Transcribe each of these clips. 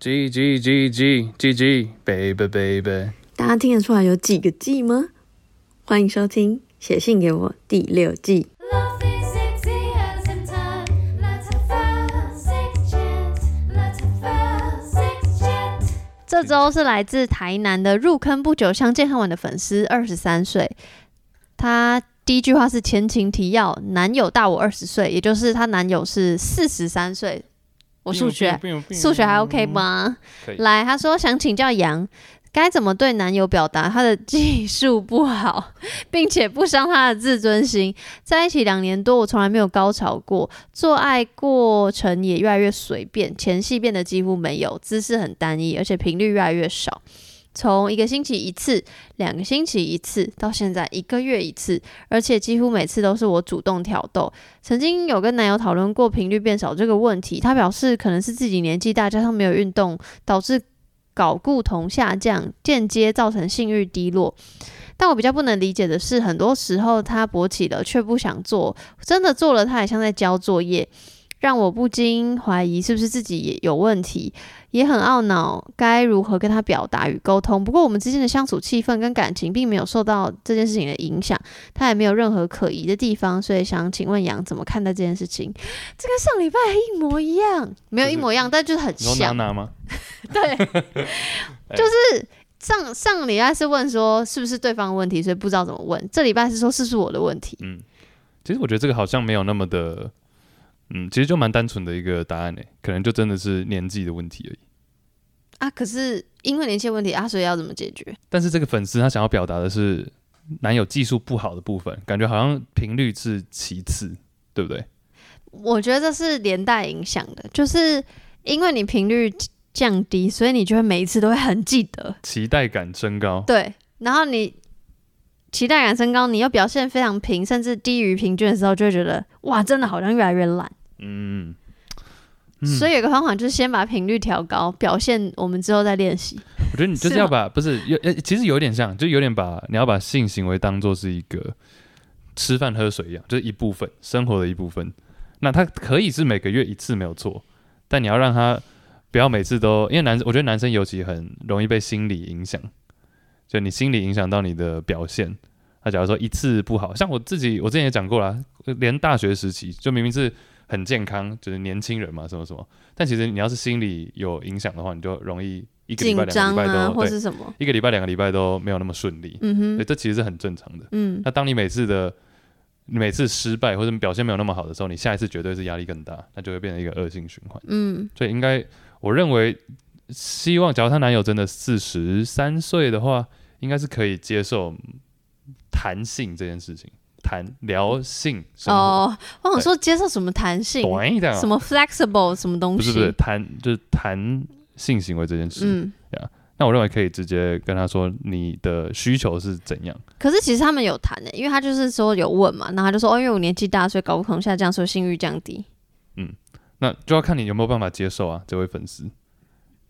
G G G G G G baby baby，大家听得出来有几个季吗？欢迎收听《写信给我》第六季。 Love is sexy as in time. Let's have a six chance. Let's have a six chance. 这周是来自台南的入坑不久相见恨晚的粉丝，二十三岁。他第一句话是前情提要：男友大我二十岁，也就是她男友是四十三岁。我数学数学还 OK 吗嗯可以？来，他说想请教杨，该怎么对男友表达他的技术不好，并且不伤他的自尊心？在一起两年多，我从来没有高潮过，做爱过程也越来越随便，前戏变得几乎没有，姿势很单一，而且频率越来越少。从一个星期一次、两个星期一次，到现在一个月一次，而且几乎每次都是我主动挑逗。曾经有跟男友讨论过频率变少这个问题，他表示可能是自己年纪大，加上没有运动，导致睾固酮下降，间接造成性欲低落。但我比较不能理解的是，很多时候他勃起了却不想做，真的做了他也像在交作业，让我不禁怀疑是不是自己也有问题，也很懊恼该如何跟他表达与沟通。不过我们之间的相处气氛跟感情并没有受到这件事情的影响，他也没有任何可疑的地方，所以想请问杨怎么看待这件事情？这跟上礼拜一模一样，没有一模一样，但就是很你说娜像。娜吗？对， 就是上上礼拜是问说是不是对方的问题，所以不知道怎么问。这礼拜是说是不是我的问题，嗯，其实我觉得这个好像没有那么的，嗯，其实就蛮单纯的一个答案诶，可能就真的是年纪的问题而已。啊，可是因为连线问题啊，所以要怎么解决？但是这个粉丝他想要表达的是男友技术不好的部分，感觉好像频率是其次，对不对？我觉得这是连带影响的，就是因为你频率降低，所以你就会每一次都会很记得，期待感升高，对，然后你。期待感升高，你又表现非常平，甚至低于平均的时候，就会觉得哇，真的好像越来越烂。嗯，所以有个方法就是先把频率调高，表现我们之后再练习。我觉得你就是是要吗把不是有呃，其实有点像，就有点把你要把性行为当做是一个吃饭喝水一样，就是一部分生活的一部分。那它可以是每个月一次没有错，但你要让他不要每次都，因为男我觉得男生尤其很容易被心理影响，就你心理影响到你的表现。那假如说一次不好，像我自己，我之前也讲过啦，连大学时期就明明是很健康，就是年轻人嘛，什么什么，但其实你要是心理有影响的话，你就容易一个礼紧拜、两张个礼拜啊，都或对是什么？一个礼拜、两个礼拜都没有那么顺利，嗯哼对，，这其实是很正常的。嗯，那当你每次的你每次失败或者你表现没有那么好的时候，你下一次绝对是压力更大，那就会变成一个恶性循环。嗯，所以应该，我认为，希望假如她男友真的四十三岁的话，应该是可以接受谈性这件事情，谈聊性生活，哦，我想说接受什么弹性，短一点啊，什么 flexible 什么东不西，是不是谈就是谈性行为这件事。嗯。那我认为可以直接跟他说你的需求是怎样。可是其实他们有谈欸的、因为他就是说有问嘛，然后他就说哦，因为我年纪大，所以睾固酮下降，所以性欲降低。那就要看你有没有办法接受啊，这位粉丝，因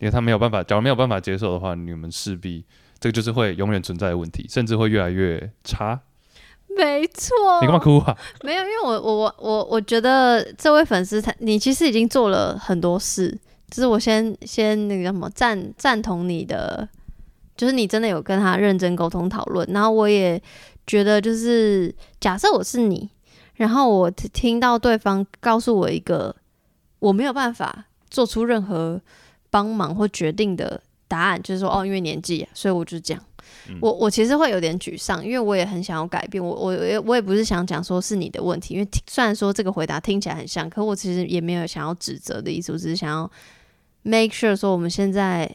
为他没有办法，假如没有办法接受的话，你们势必这个就是会永远存在的问题，甚至会越来越差。没错，你干嘛哭啊？ 没有，因为我我我我我觉得这位粉丝他你其实已经做了很多事，就是我先先那个叫什么赞赞同你的，就是你真的有跟他认真沟通讨论，然后我也觉得就是假设我是你，然后我听听到对方告诉我一个我没有办法做出任何帮忙或决定的答案，就是说哦，因为年纪，所以我就这样。我我其实会有点沮丧，因为我也很想要改变，我我我也我也不是想讲说是你的问题，因为听虽然说这个回答听起来很像，可我其实也没有想要指责的意思，我只是想要 make sure 说我们现在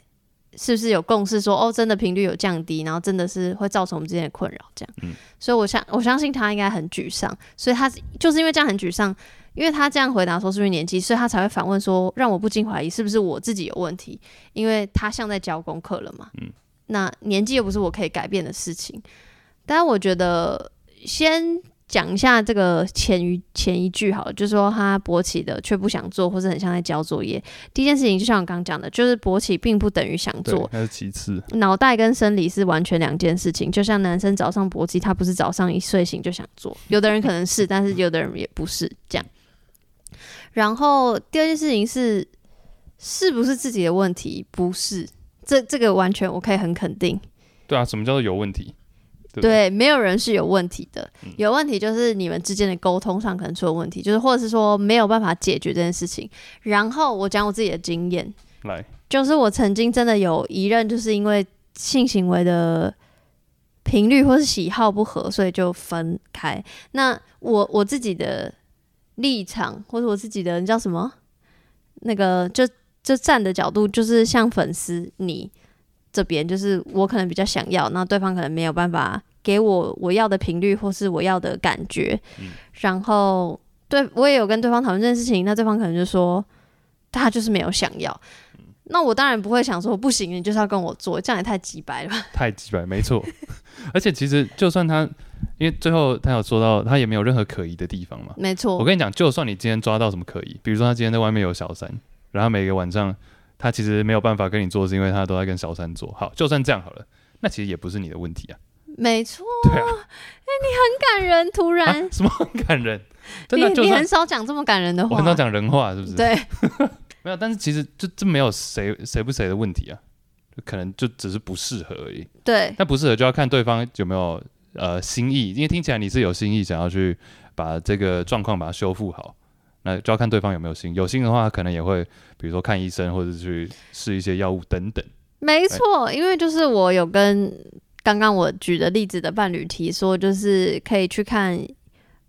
是不是有共识说哦，真的频率有降低，然后真的是会造成我们之间的困扰这样。嗯所以我相我相信他应该很沮丧，所以他就是因为这样很沮丧，因为他这样回答说是不是年纪，所以他才会反问说让我不禁怀疑是不是我自己有问题，因为他像在交功课了嘛。那年纪又不是我可以改变的事情。但我觉得先讲一下这个前一前一句好了，就是说他勃起的却不想做，或是很像在交作业。第一件事情就像我刚刚讲的，就是勃起并不等于想对做，，那是其次。脑袋跟生理是完全两件事情。就像男生早上勃起，他不是早上一睡醒就想做，有的人可能是，但是有的人也不是这样。然后第二件事情是，是不是自己的问题？不是，这这个完全我可以很肯定。对啊，什么叫做有问题？对不对对，没有人是有问题的，有问题就是你们之间的沟通上可能出了问题，就是或者是说没有办法解决这件事情。然后我讲我自己的经验，来，就是我曾经真的有一任，就是因为性行为的频率或是喜好不合，所以就分开。那我我自己的立场，或者我自己的你叫什么？那个就就站的角度，就是像粉丝你这边，就是我可能比较想要，那对方可能没有办法给我我要的频率或是我要的感觉。然后对我也有跟对方讨论这件事情，那对方可能就说他就是没有想要。那我当然不会想说不行，你就是要跟我做，这样也太鸡白了吧？太鸡掰，没错。 而且其实就算他，因为最后他有说到，他也没有任何可疑的地方嘛。没我错，跟你讲，就算你今天抓到什么可疑，比如说他今天在外面有小三，然后每个晚上他其实没有办法跟你做，是因为他都在跟小三做。好，就算这样好了，那其实也不是你的问题啊。没错，对啊，很感人。突然， 啊什么很感人？真的，你就你算很少讲这么感人的我话，很少讲人话，是不是？对，没有，但是其实这这没有谁谁不谁的问题啊，就可能就只是不适合而已。对那不适合就要看对方有没有呃心意，因为听起来你是有心意想要去把这个状况把它修复好，那就要看对方有没有心。有心的话，可能也会比如说看医生，或者是去试一些药物等等。没错，因为就是我有跟刚刚我举的例子的伴侣提说，就是可以去看，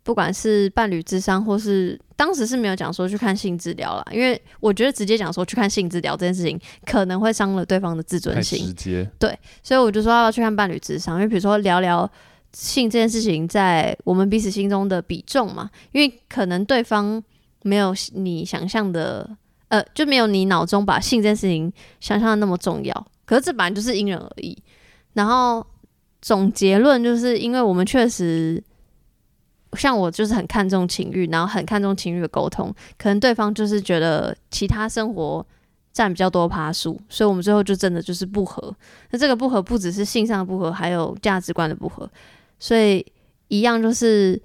不管是伴侣智商，或是当时是没有讲说去看性治疗啦，因为我觉得直接讲说去看性治疗这件事情，可能会伤了对方的自太尊心直。接，所以我就说要不要去看伴侣智商，因为比如说聊聊性这件事情在我们彼此心中的比重嘛，因为可能对方没有你想象的，呃，就没有你脑中把性这件事情想象的那么重要。可是这本来就是因人而异。然后总结论就是，因为我们确实。像我就是很看重情欲，然后很看重情欲的沟通，可能对方就是觉得其他生活占比较多趴数，所以我们最后就真的就是不合。那这个不合不只是性上的不合，还有价值观的不合。所以一样就是，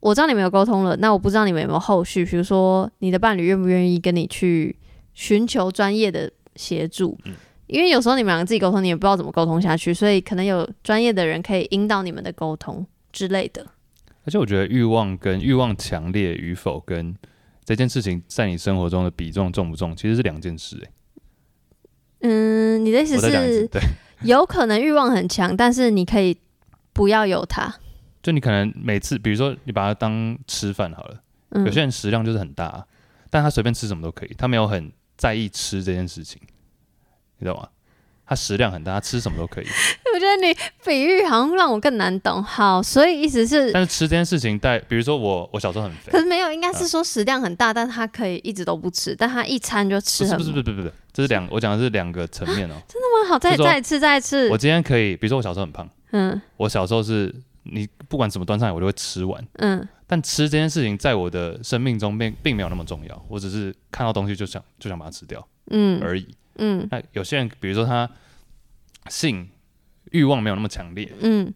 我知道你们有沟通了，那我不知道你们有没有后续，比如说你的伴侣愿不愿意跟你去寻求专业的协助。嗯因为有时候你们两个自己沟通，你也不知道怎么沟通下去，所以可能有专业的人可以引导你们的沟通之类的。而且我觉得欲望跟欲望强烈与否跟这件事情在你生活中的比重重不重，其实是两件事、欸。嗯，你的意思我再讲一次，是对，有可能欲望很强，但是你可以不要有它。就你可能每次，比如说你把它当吃饭好了。嗯有，些人食量就是很大啊、但他随便吃什么都可以，他没有很在意吃这件事情，你懂吗？他食量很大，他吃什么都可以， 我觉得你比喻好像让我更难懂。好，所以意思是但是吃这件事情带，比如说我，我小时候很肥可，是没有，应该是说食量很大，但他可以一直都不吃，但他一餐就吃不是很不是不是不是不是，这是两，我讲的是两个层面哦、那么好，再是说再一次再一次我，今天可以，比如说我小时候很胖，嗯我小时候是你不管什么端上来我都会吃完，嗯，但吃这件事情在我的生命中并并没有那么重要，我只是看到东西就想就想把它吃掉嗯而已。嗯那有些人，比如说他性欲望没有那么强烈，嗯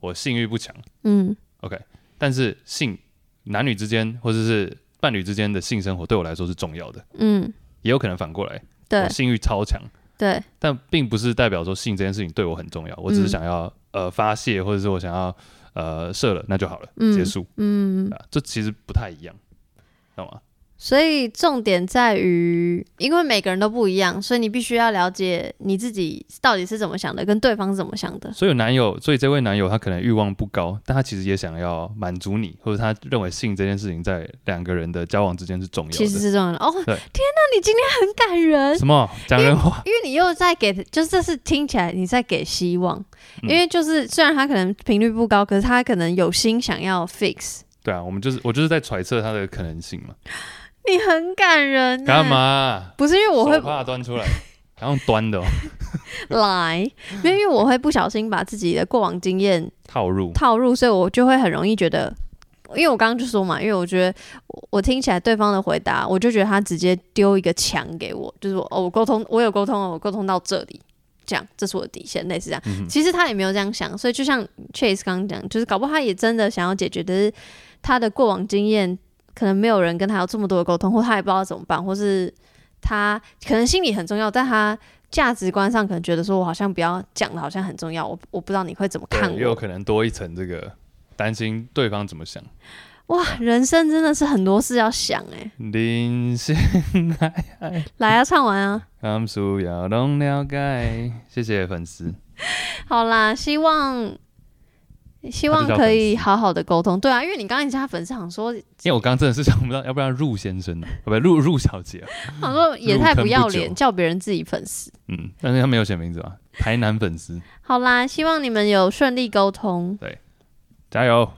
我性欲不强。嗯， OK，但是性男女之间或者是伴侣之间的性生活对我来说是重要的，嗯，也有可能反过来，对我性欲超强，对，但并不是代表说性这件事情对我很重要，我只是嗯想要、呃发泄，或者是我想要呃射了，那就好了，嗯结束嗯，啊，这其实不太一样，懂吗？所以重点在于，因为每个人都不一样，所以你必须要了解你自己到底是怎么想的，跟对方是怎么想的。所以有男友，所以这位男友他可能欲望不高，但他其实也想要满足你，或者他认为性这件事情在两个人的交往之间是重要的。其实是重要的哦！天对哪，你今天很感人，什么讲人话？因为你又在给，就是这是听起来你在给希望，嗯因为就是虽然他可能频率不高，可是他可能有心想要 fix。对啊，我们就是我就是在揣测他的可能性嘛。你很感人、欸，干嘛、？不是因为我会手帕端 出来，然后端的、哦、来，没有因为我会不小心把自己的过往经验套入，套入，所以我就会很容易觉得，因为我刚刚就说嘛，因为我觉得我我听起来对方的回答，我就觉得他直接丢一个墙给我，就是我哦，我沟通，我有沟通哦，我沟通到这里，这样，这是我的底线，类似这嗯样。其实他也没有这样想，所以就像 Chase 刚刚讲，就是搞不好他也真的想要解决，但是他的过往经验可能没有人跟他有这么多的沟通，或他也不知道怎么办，或是他可能心理很重要，但他价值观上可能觉得说，我好像不要讲的好像很重要，我我不知道你会怎么看对，也有我。可能多一层这个担心对方怎么想。哇，人生真的是很多事要想哎、林心爱爱，来啊，唱完啊。甘肃要懂了解，谢谢粉嗯丝。好啦，希望希望他就叫可粉以丝好好的沟通。对啊，因为你刚刚加粉丝想说，因为我刚刚真的是想不到，要不然陆先生呢、啊？不，陆陆小姐啊、想说也入太坑不不要久脸，叫别人自己粉丝。嗯，但是他没有写名字啊吧？台南粉丝，好啦，希望你们有顺利沟通。加油！